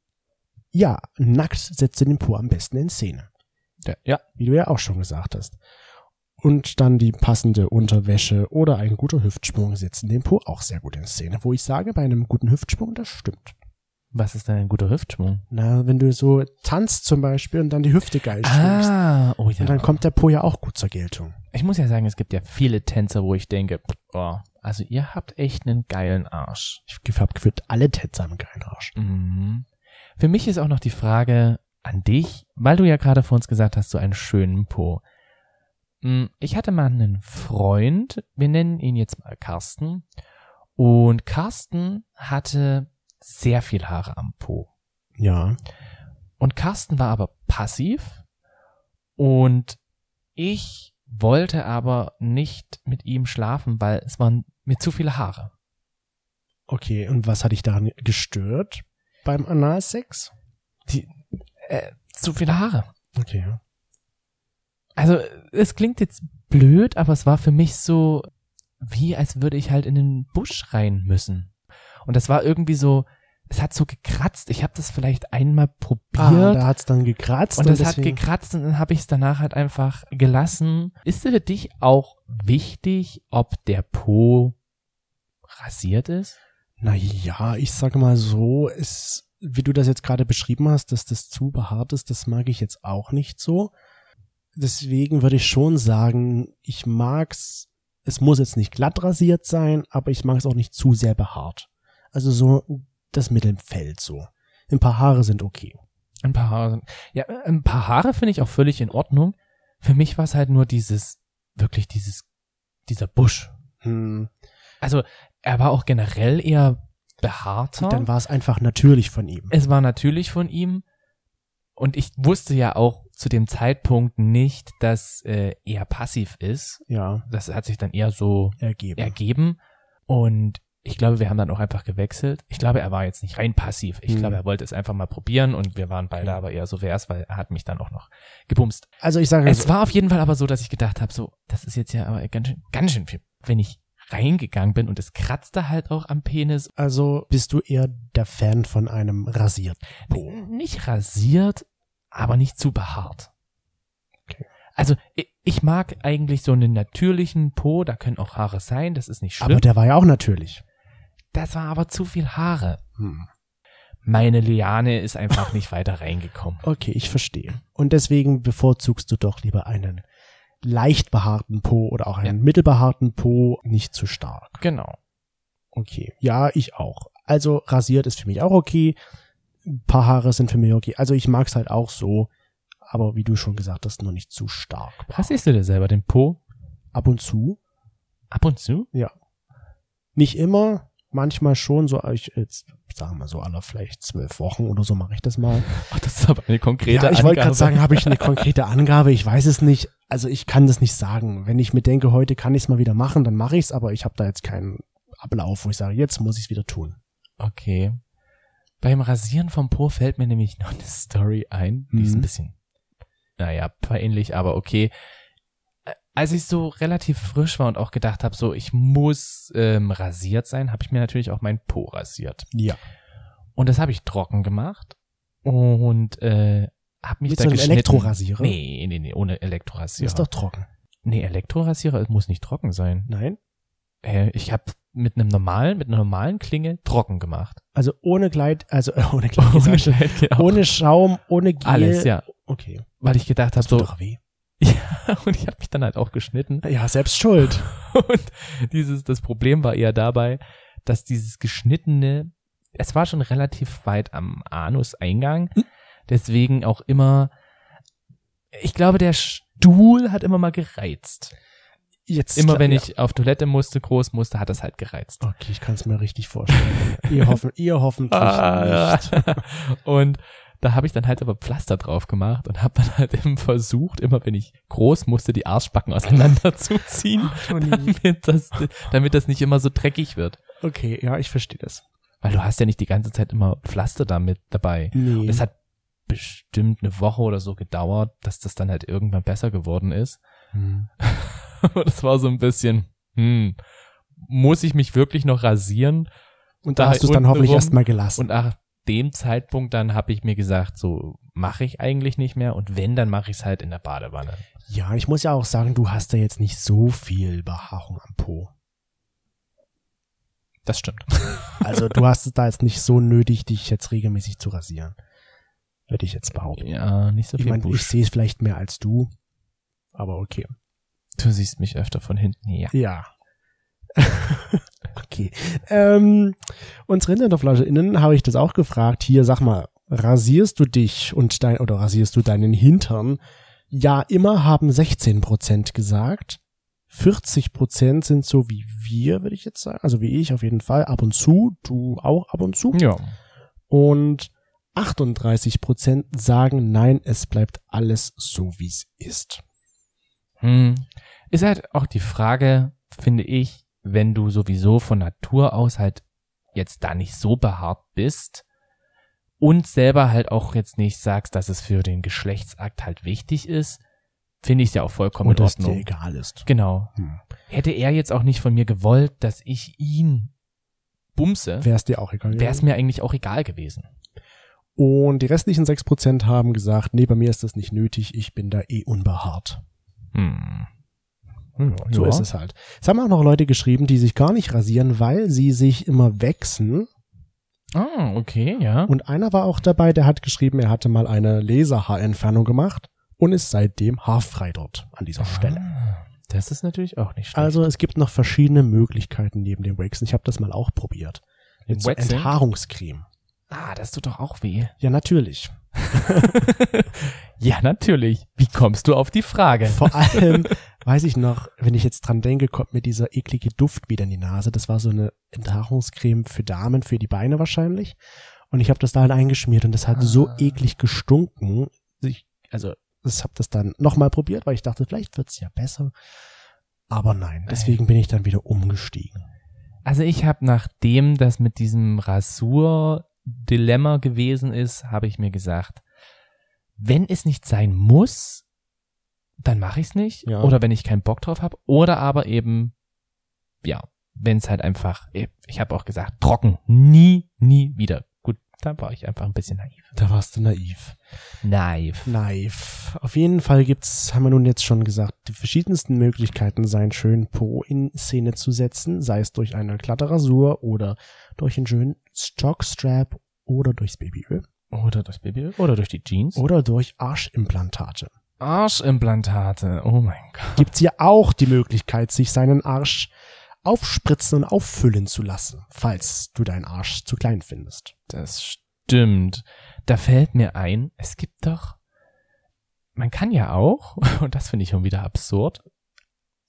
ja, nackt setzt du den Po am besten in Szene. Ja, wie du ja auch schon gesagt hast. Und dann die passende Unterwäsche oder ein guter Hüftsprung setzen den Po auch sehr gut in Szene, wo ich sage, bei einem guten Hüftsprung, das stimmt. was ist denn ein guter Hüftschwung? Na, wenn du so tanzt zum Beispiel und dann die Hüfte geil schwingst, Ah, oh ja. und dann kommt der Po ja auch gut zur Geltung. ich muss ja sagen, es gibt ja viele Tänzer, wo ich denke, pff, oh, also ihr habt echt einen geilen Arsch. Ich habe gefühlt alle Tänzer haben keinen Arsch. Mhm. Für mich ist auch noch die Frage an dich, weil du ja gerade vor uns gesagt hast, so einen schönen Po. Mm, Ich hatte mal einen Freund, wir nennen ihn jetzt mal Carsten. Und Carsten hatte sehr viel Haare am Po. Ja. Und Carsten war aber passiv Und ich wollte aber nicht mit ihm schlafen, weil es waren mir zu viele Haare. Okay, und was hat dich daran gestört beim Analsex? Äh, zu viele Haare. Okay, ja. Also es klingt jetzt blöd, aber es war für mich so, wie als würde ich halt in den Busch rein müssen. Und das war irgendwie so, es hat so gekratzt. Ich habe das vielleicht einmal Ah, probiert. da hat's dann gekratzt. Und Und, das hat deswegen, gekratzt und dann habe ich es danach halt einfach gelassen. Ist es für dich auch wichtig, ob der Po rasiert ist? Naja, ich sage mal so, es, wie du das jetzt gerade beschrieben hast, dass das zu behaart ist, das mag ich jetzt auch nicht so. Deswegen würde ich schon sagen, ich mag's. Es muss jetzt nicht glatt rasiert sein, aber ich mag es auch nicht zu sehr behaart. Also so das Mittelfeld so. Ein paar Haare sind okay. Ein paar Haare. sind- Ja, ein paar Haare finde ich auch völlig in Ordnung. Für mich war es halt nur dieses, wirklich dieses, dieser Busch. Hm. Also er war auch generell eher behaarter. Dann war es einfach natürlich von ihm. es war natürlich von ihm. Und ich wusste ja auch zu dem Zeitpunkt nicht, dass äh, er passiv ist. Ja, Das hat sich dann eher so ergeben. ergeben. Und ich glaube, wir haben dann auch einfach gewechselt. Ich glaube, er war jetzt nicht rein passiv. Ich Hm. glaube, er wollte es einfach mal probieren und wir waren beide aber eher so, wer es, weil er hat mich dann auch noch gebumst. also ich sage es war auf jeden Fall aber so, dass ich gedacht habe, so, das ist jetzt ja aber ganz schön, ganz schön viel. Wenn ich reingegangen bin und es kratzte halt auch am Penis Also bist du eher der Fan von einem rasierten Po? N- Nicht rasiert, aber nicht zu behaart. Okay. Also i- ich mag eigentlich so einen natürlichen Po, da können auch Haare sein, das ist nicht schlimm. Aber der war ja auch natürlich. das war aber zu viel Haare. Hm. Meine Liane ist einfach nicht weiter reingekommen. Okay, ich verstehe. Und deswegen bevorzugst du doch lieber einen leicht behaarten Po oder auch einen mittelbehaarten Po, nicht zu stark. Genau. Okay, ja, ich auch. Also rasiert ist für mich auch okay. Ein paar Haare sind für mich okay. Also ich mag's halt auch so, aber wie du schon gesagt hast, nur nicht zu stark. Rasierst du dir selber den Po? Ab und zu Ab und zu? Nicht immer, manchmal schon, so ich jetzt sagen wir so alle vielleicht zwölf Wochen oder so mache ich das mal. Ach, das ist aber eine konkrete ja, ich wollte gerade Angabe. sagen, habe ich eine konkrete Angabe, ich weiß es nicht. Also ich kann das nicht sagen. Wenn ich mir denke, heute kann ich es mal wieder machen, dann mache ich es, aber ich habe da jetzt keinen Ablauf, wo ich sage, jetzt muss ich es wieder tun. Okay. Beim Rasieren vom Po fällt mir nämlich noch eine Story ein, die ist Mhm. ein bisschen, naja, peinlich, aber okay. Äh, Als ich so relativ frisch war und auch gedacht habe, so ich muss ähm, rasiert sein, habe ich mir natürlich auch meinen Po rasiert. Ja. Und das habe ich trocken gemacht und äh, habe mich Mit da so einem geschnitten. Elektrorasierer. Nee, nee, nee, ohne Elektrorasierer. Ist doch trocken. nee, Elektrorasierer muss nicht trocken sein. Nein? Äh, ich habe mit einem normalen, mit einer normalen Klinge trocken gemacht. Also ohne Kleid, also äh, ohne Kleid, ohne, Kleid geht auch. ohne Schaum, ohne Gel. Alles, ja. Okay. Weil ich gedacht habe, Tut so, doch weh. ja, und ich habe mich dann halt auch geschnitten. Ja, selbst schuld. Und dieses, das Problem war eher dabei, dass dieses geschnittene, es war schon relativ weit am Anus-Eingang, deswegen auch immer, ich glaube, der Stuhl hat immer mal gereizt. Jetzt Immer wenn ja. ich auf Toilette musste, groß musste, hat das halt gereizt. Okay, ich kann es mir richtig vorstellen. ihr, hoffen, ihr hoffentlich Ah, nicht. und da habe ich dann halt aber Pflaster drauf gemacht und habe dann halt eben versucht, immer wenn ich groß musste, die Arschbacken auseinanderzuziehen, damit das, damit das nicht immer so dreckig wird. Okay, ja, ich verstehe das. Weil du hast ja nicht die ganze Zeit immer Pflaster damit dabei. Nee. Das hat bestimmt eine Woche oder so gedauert, dass das dann halt irgendwann besser geworden ist. Hm. Aber das war so ein bisschen, hm, muss ich mich wirklich noch rasieren? Und da Da hast du es dann unten hoffentlich rum erstmal gelassen. Und nach dem Zeitpunkt dann habe ich mir gesagt, so mache ich eigentlich nicht mehr und wenn, dann mache ich es halt in der Badewanne. ja, ich muss ja auch sagen, du hast da jetzt nicht so viel Behaarung am Po. Das stimmt. Also du hast es da jetzt nicht so nötig, dich jetzt regelmäßig zu rasieren. Würde ich jetzt behaupten. Ja, nicht so ich viel meine, ich Busch. sehe es vielleicht mehr als du. Aber okay. Du siehst mich öfter von hinten. Ja. Ja. okay. Ähm, unsere Internetflascheinnen habe ich das auch gefragt. Hier, sag mal, rasierst du dich und dein oder rasierst du deinen Hintern? Ja, immer haben 16% gesagt. 40% sind so wie wir, würde ich jetzt sagen. Also wie ich auf jeden Fall. Ab und zu. Du auch ab und zu. Ja. Und 38 Prozent sagen, nein, es bleibt alles so, wie es ist. Hm. Ist halt auch die Frage, finde ich, wenn du sowieso von Natur aus halt jetzt da nicht so beharrt bist und selber halt auch jetzt nicht sagst, dass es für den Geschlechtsakt halt wichtig ist, finde ich es ja auch vollkommen Und in dass dir Ordnung. egal ist. Genau. Hm. Hätte er jetzt auch nicht von mir gewollt, dass ich ihn bumse, Wäre es dir auch egal. wäre es mir eigentlich auch egal gewesen. Und die restlichen 6 Prozent haben gesagt, nee, bei mir ist das nicht nötig, ich bin da eh unbehaart. Hm. So ja. ist es halt. Es haben auch noch Leute geschrieben, die sich gar nicht rasieren, weil sie sich immer wechseln. Ah, okay, ja. Und einer war auch dabei, der hat geschrieben, er hatte mal eine Laserhaarentfernung gemacht und ist seitdem haarfrei dort an dieser Stelle. Ah, Das ist natürlich auch nicht schlecht. Also es gibt noch verschiedene Möglichkeiten neben dem Waxen. Ich habe das mal auch probiert. Im Mit so Waxing? Enthaarungscreme. Ah, das tut doch auch weh. Ja, natürlich. Ja, natürlich. Wie kommst du auf die Frage? Vor allem, weiß ich noch, wenn ich jetzt dran denke, kommt mir dieser eklige Duft wieder in die Nase. Das war so eine Enthaarungscreme für Damen, für die Beine wahrscheinlich. Und ich habe das da halt eingeschmiert und das hat so Ah. eklig gestunken. Ich, also, ich habe das dann nochmal probiert, weil ich dachte, vielleicht wird's ja besser. Aber nein, deswegen bin ich dann wieder umgestiegen. Also ich habe, nachdem das mit diesem Rasur-Dilemma gewesen ist, habe ich mir gesagt, wenn es nicht sein muss, dann mache ich es nicht. Ja. Oder wenn ich keinen Bock drauf habe. Oder aber eben, ja, wenn es halt einfach, ich habe auch gesagt, trocken. Nie, nie wieder. Gut, da war ich einfach ein bisschen naiv. Da warst du naiv. Naiv. Naiv. Auf jeden Fall gibt's, haben wir nun jetzt schon gesagt, die verschiedensten Möglichkeiten, seinen schönen Po in Szene zu setzen, sei es durch eine glatte Rasur oder durch einen schönen Stockstrap oder durchs Babyöl Oder durch Baby. Oder durch die Jeans. oder durch Arschimplantate. Arschimplantate. Oh mein Gott. Gibt's hier auch die Möglichkeit, sich seinen Arsch aufspritzen und auffüllen zu lassen, falls du deinen Arsch zu klein findest. Das stimmt. Da fällt mir ein, es gibt doch, man kann ja auch, und das finde ich schon wieder absurd,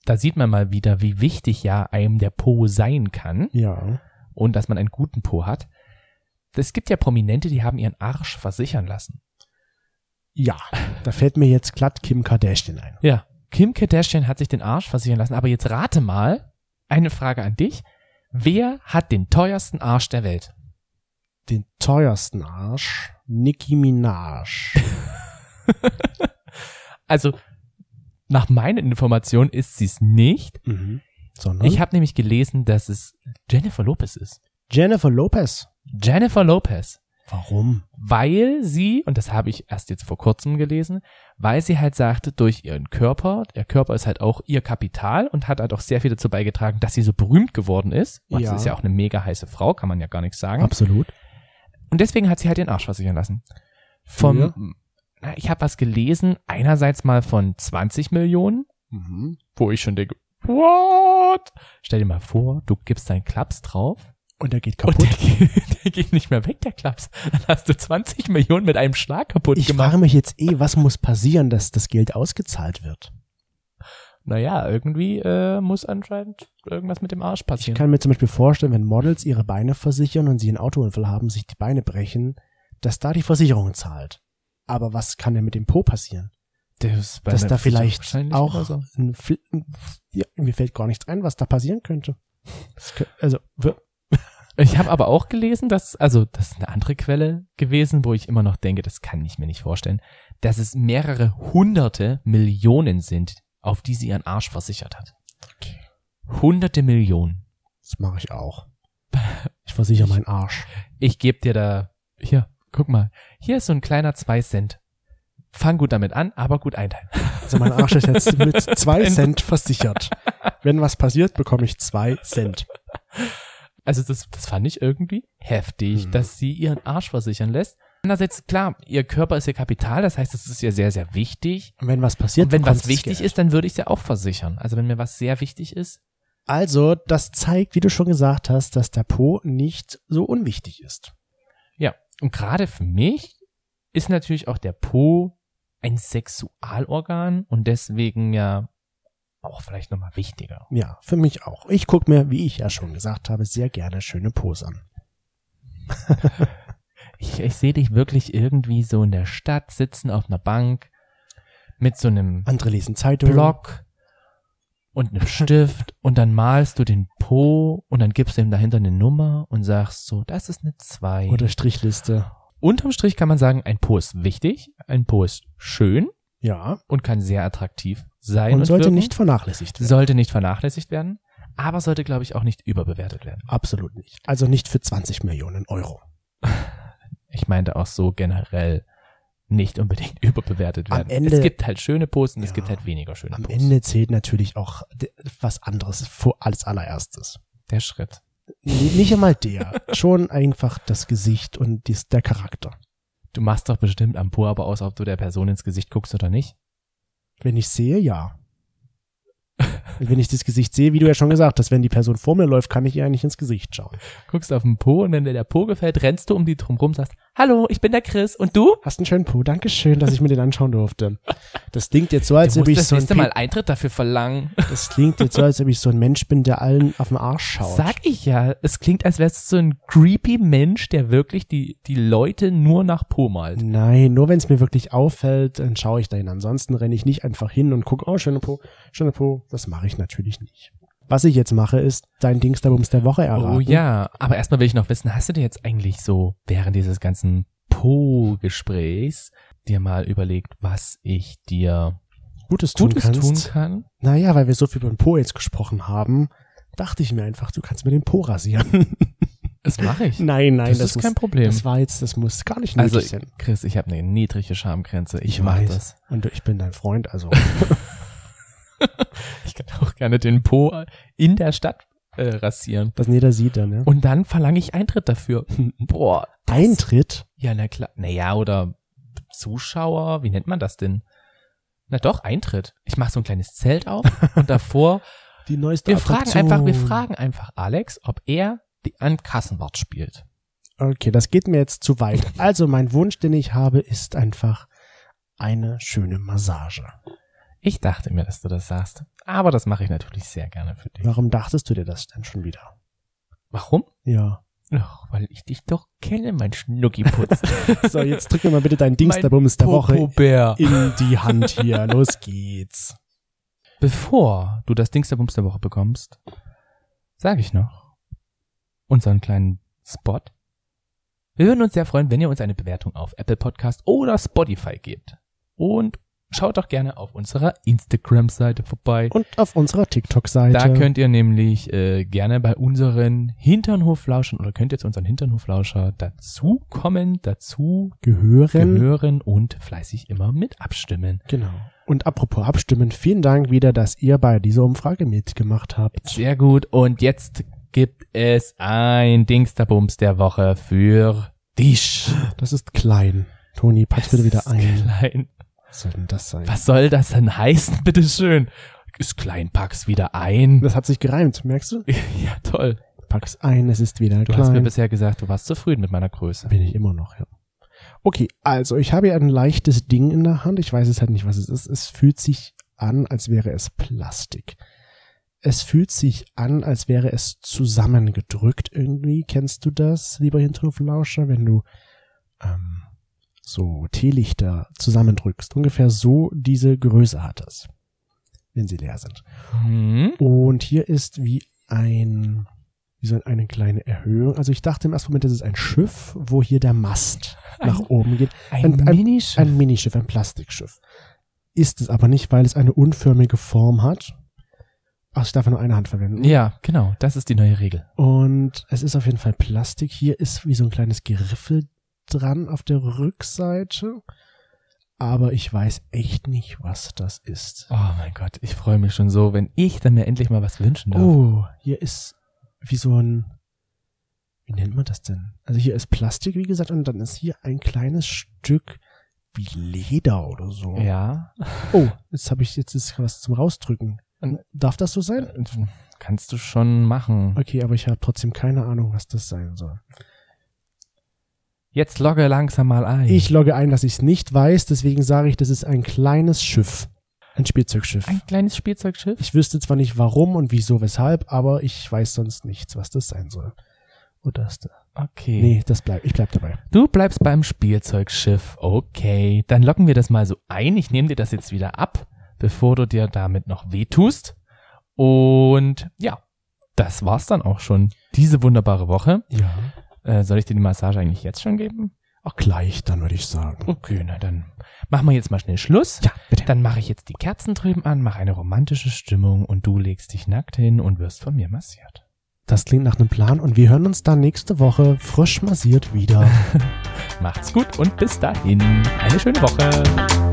da sieht man mal wieder, wie wichtig ja einem der Po sein kann Ja. und dass man einen guten Po hat. Es gibt ja Prominente, die haben ihren Arsch versichern lassen. Ja, da fällt mir jetzt glatt Kim Kardashian ein. Ja. Kim Kardashian hat sich den Arsch versichern lassen, aber jetzt rate mal, eine Frage an dich. Wer hat den teuersten Arsch der Welt? Den teuersten Arsch, Nicki Minaj. Also, nach meinen Informationen ist sie es nicht. Mhm. Sondern Ich habe nämlich gelesen, dass es Jennifer Lopez ist. Jennifer Lopez. Jennifer Lopez. Warum? Weil sie, und das habe ich erst jetzt vor kurzem gelesen, weil sie halt sagte, durch ihren Körper, ihr Körper ist halt auch ihr Kapital und hat halt auch sehr viel dazu beigetragen, dass sie so berühmt geworden ist. Und Ja. sie ist ja auch eine mega heiße Frau, kann man ja gar nichts sagen. Absolut. Und deswegen hat sie halt ihren Arsch versichern lassen. Vom, Für? na, ich habe was gelesen, einerseits mal von 20 Millionen, Mhm. wo ich schon denke, what? Stell dir mal vor, du gibst deinen Klaps drauf Und er geht Und kaputt. der, geht- der geht nicht mehr weg, der Klaps. Dann hast du 20 Millionen mit einem Schlag kaputt ich gemacht. frage mich jetzt eh, was muss passieren, dass das Geld ausgezahlt wird? Naja, irgendwie äh, muss anscheinend irgendwas mit dem Arsch Ich passieren. kann mir zum Beispiel vorstellen, wenn Models ihre Beine versichern und sie einen Autounfall haben, sich die Beine brechen, dass da die Versicherung zahlt. Aber was kann denn mit dem Po passieren? das, bei dass der da Versicherung vielleicht wahrscheinlich oder auch so. ein Fl ja, mir fällt gar nichts ein, was da passieren könnte. Das kö- Also, wir- Ich habe aber auch gelesen, dass, also das ist eine andere Quelle gewesen, wo ich immer noch denke, das kann ich mir nicht vorstellen, dass es mehrere hunderte Millionen sind, auf die sie ihren Arsch versichert hat. Okay. Hunderte Millionen. das mache ich auch. Ich versichere meinen Arsch. Ich geb dir da, hier, guck mal, hier ist so ein kleiner 2 Cent. Fang gut damit an, aber gut einteilen. Also mein Arsch ist jetzt mit zwei Cent versichert. Wenn was passiert, bekomme ich zwei Cent. Also das, das fand ich irgendwie heftig, Hm. dass sie ihren Arsch versichern lässt. Andererseits, klar, ihr Körper ist ihr Kapital, das heißt, es ist ihr sehr, sehr wichtig. Und wenn was passiert, Und wenn bekommst was du wichtig Geld. ist, dann würde ich es ja auch versichern. Also wenn mir was sehr wichtig ist, Also, das zeigt, wie du schon gesagt hast, dass der Po nicht so unwichtig ist. ja. Und gerade für mich ist natürlich auch der Po ein Sexualorgan und deswegen ja auch vielleicht nochmal wichtiger. Ja, für mich auch. Ich gucke mir, wie ich ja schon gesagt habe, sehr gerne schöne Pos an. Ich, ich sehe dich wirklich irgendwie so in der Stadt sitzen auf einer Bank mit so einem Andere lesen Zeitungen. Block und einem Stift und dann malst du den Po und dann gibst du ihm dahinter eine Nummer und sagst so, das ist eine 2. Oder Strichliste. Unterm Strich kann man sagen, ein Po ist wichtig, ein Po ist schön Ja. und kann sehr attraktiv sein. Und, sollte wirken. nicht vernachlässigt werden. sollte nicht vernachlässigt werden, aber sollte, glaube ich, auch nicht überbewertet werden. Absolut nicht. Also nicht für 20 Millionen Euro. Ich meinte auch so generell nicht unbedingt überbewertet Am werden. Ende- es gibt halt schöne Posen, es Ja. gibt halt weniger schöne Am Posen. Ende zählt natürlich auch d- was anderes vor als allererstes. Der Schritt. N- Nicht einmal der. Schon einfach das Gesicht und dies, der Charakter. Du machst doch bestimmt am Po aber aus, ob du der Person ins Gesicht guckst oder nicht. Wenn ich sehe, ja. Und wenn ich das Gesicht sehe, wie du ja schon gesagt hast, wenn die Person vor mir läuft, kann ich ihr eigentlich ins Gesicht schauen. Guckst auf den Po und wenn dir der Po gefällt, rennst du um die drum rum, sagst, hallo, ich bin der Chris und du? Hast einen schönen Po. Dankeschön, dass ich mir den anschauen durfte. Das klingt jetzt so, als du ob musst ich das so ein nächste Pe- Mal Eintritt dafür verlangen. Das klingt jetzt so, als ob ich so ein Mensch bin, der allen auf den Arsch schaut. Sag ich ja. Es klingt, als wärst du so ein creepy Mensch, der wirklich die, die Leute nur nach Po malt. Nein, nur wenn es mir wirklich auffällt, dann schaue ich dahin. Ansonsten renne ich nicht einfach hin und gucke, oh, schöne Po, schöne Po. Das mache ich natürlich nicht. Was ich jetzt mache, ist dein Dingsterbums der Woche erraten. Oh ja, aber erstmal will ich noch wissen, hast du dir jetzt eigentlich so während dieses ganzen Po-Gesprächs dir mal überlegt, was ich dir Gutes tun Gutes tun kannst. kann? Naja, weil wir so viel über den Po jetzt gesprochen haben, dachte ich mir einfach, du kannst mir den Po rasieren. Das mache ich. nein, nein, das, das, ist muss, kein Problem. Das war jetzt, das muss gar nicht nötig also, sein. Chris, ich habe eine niedrige Schamgrenze. Ich, Ich mach weiß. das. Und ich bin dein Freund, also Ich kann auch gerne den Po in der Stadt äh, rasieren. dass jeder sieht dann, ja. Und dann verlange ich Eintritt dafür. Boah. das- Eintritt? Ja, na klar. Naja, oder Zuschauer, wie nennt man das denn? Na doch, Eintritt. Ich mache so ein kleines Zelt auf und davor Die neueste Wir fragen Attraktion. einfach, wir fragen einfach Alex, ob er die an Kassenwart spielt. Okay, das geht mir jetzt zu weit. Also mein Wunsch, den ich habe, ist einfach eine schöne Massage. Ich dachte mir, dass du das sagst. Aber das mache ich natürlich sehr gerne für dich. Warum dachtest du dir das denn schon wieder? Warum? Ja. Ach, weil ich dich doch kenne, mein Schnuckiputz. So, jetzt drück mir mal bitte dein Dingsterbums der Woche Popobär. in die Hand hier. Los geht's. Bevor du das Dingsterbums der Woche bekommst, sage ich noch unseren kleinen Spot. Wir würden uns sehr freuen, wenn ihr uns eine Bewertung auf Apple Podcast oder Spotify gebt. Und schaut doch gerne auf unserer Instagram-Seite vorbei. Und auf unserer TikTok-Seite. Da könnt ihr nämlich äh, gerne bei unseren Hinternhoflauschern oder könnt ihr zu unseren Hinternhoflauscher dazukommen, dazu gehören. gehören und fleißig immer mit abstimmen. Genau. Und apropos abstimmen, vielen Dank wieder, dass ihr bei dieser Umfrage mitgemacht habt. Sehr gut. Und jetzt gibt es ein Dingsterbums der Woche für dich. Das ist klein. Toni, pack's bitte wieder ist ein. Klein. Was soll denn das sein? Was soll das denn heißen, bitteschön? Ist klein, pack's wieder ein. Das hat sich gereimt, merkst du? ja, toll. Pack's ein, es ist wieder Du klein. hast mir bisher gesagt, du warst zufrieden mit meiner Größe. Bin ich immer noch, ja. Okay, also ich habe hier ein leichtes Ding in der Hand. Ich weiß es halt nicht, was es ist. Es fühlt sich an, als wäre es Plastik. Es fühlt sich an, als wäre es zusammengedrückt irgendwie. Kennst du das, lieber Hinterhoflauscher, wenn du ähm, so Teelichter zusammendrückst? Ungefähr so diese Größe hat es, wenn sie leer sind. Hm? Und hier ist wie ein, wie so eine kleine Erhöhung. Also ich dachte im ersten Moment, das ist ein Schiff, wo hier der Mast nach Ein- oben geht. Ein, ein- Minischiff. Ein Minischiff, ein Plastikschiff. Ist es aber nicht, weil es eine unförmige Form hat. Ach, ich darf ja nur eine Hand verwenden. Ja, genau. Das ist die neue Regel. Und es ist auf jeden Fall Plastik. Hier ist wie so ein kleines Geriffel dran auf der Rückseite. Aber ich weiß echt nicht, was das ist. Oh mein Gott, ich freue mich schon so, wenn ich dann mir endlich mal was wünschen darf. Oh, hier ist wie so ein, wie nennt man das denn? Also hier ist Plastik, wie gesagt, und dann ist hier ein kleines Stück wie Leder oder so. Ja. Oh, jetzt habe ich jetzt ist was zum Rausdrücken. Und- Darf das so sein? Kannst du schon machen. Okay, aber ich habe trotzdem keine Ahnung, was das sein soll. Jetzt logge langsam mal ein. Ich logge ein, dass ich es nicht weiß, deswegen sage ich, das ist ein kleines Schiff. Ein Spielzeugschiff. ein kleines Spielzeugschiff? Ich wüsste zwar nicht warum und wieso, weshalb, aber ich weiß sonst nichts, was das sein soll. Oder ist das? Okay. Nee, das bleibt. Ich bleib dabei. Du bleibst beim Spielzeugschiff. Okay. Dann locken wir das mal so ein. Ich nehme dir das jetzt wieder ab, bevor du dir damit noch wehtust. Und ja, das war's dann auch schon. Diese wunderbare Woche. Ja. Äh, soll ich dir die Massage eigentlich jetzt schon geben? Auch gleich, dann würde ich sagen. Okay, na dann machen wir jetzt mal schnell Schluss. Ja, bitte. Dann mache ich jetzt die Kerzen drüben an, mache eine romantische Stimmung und du legst dich nackt hin und wirst von mir massiert. Das klingt nach einem Plan und wir hören uns dann nächste Woche frisch massiert wieder. Macht's gut und bis dahin. Eine schöne Woche.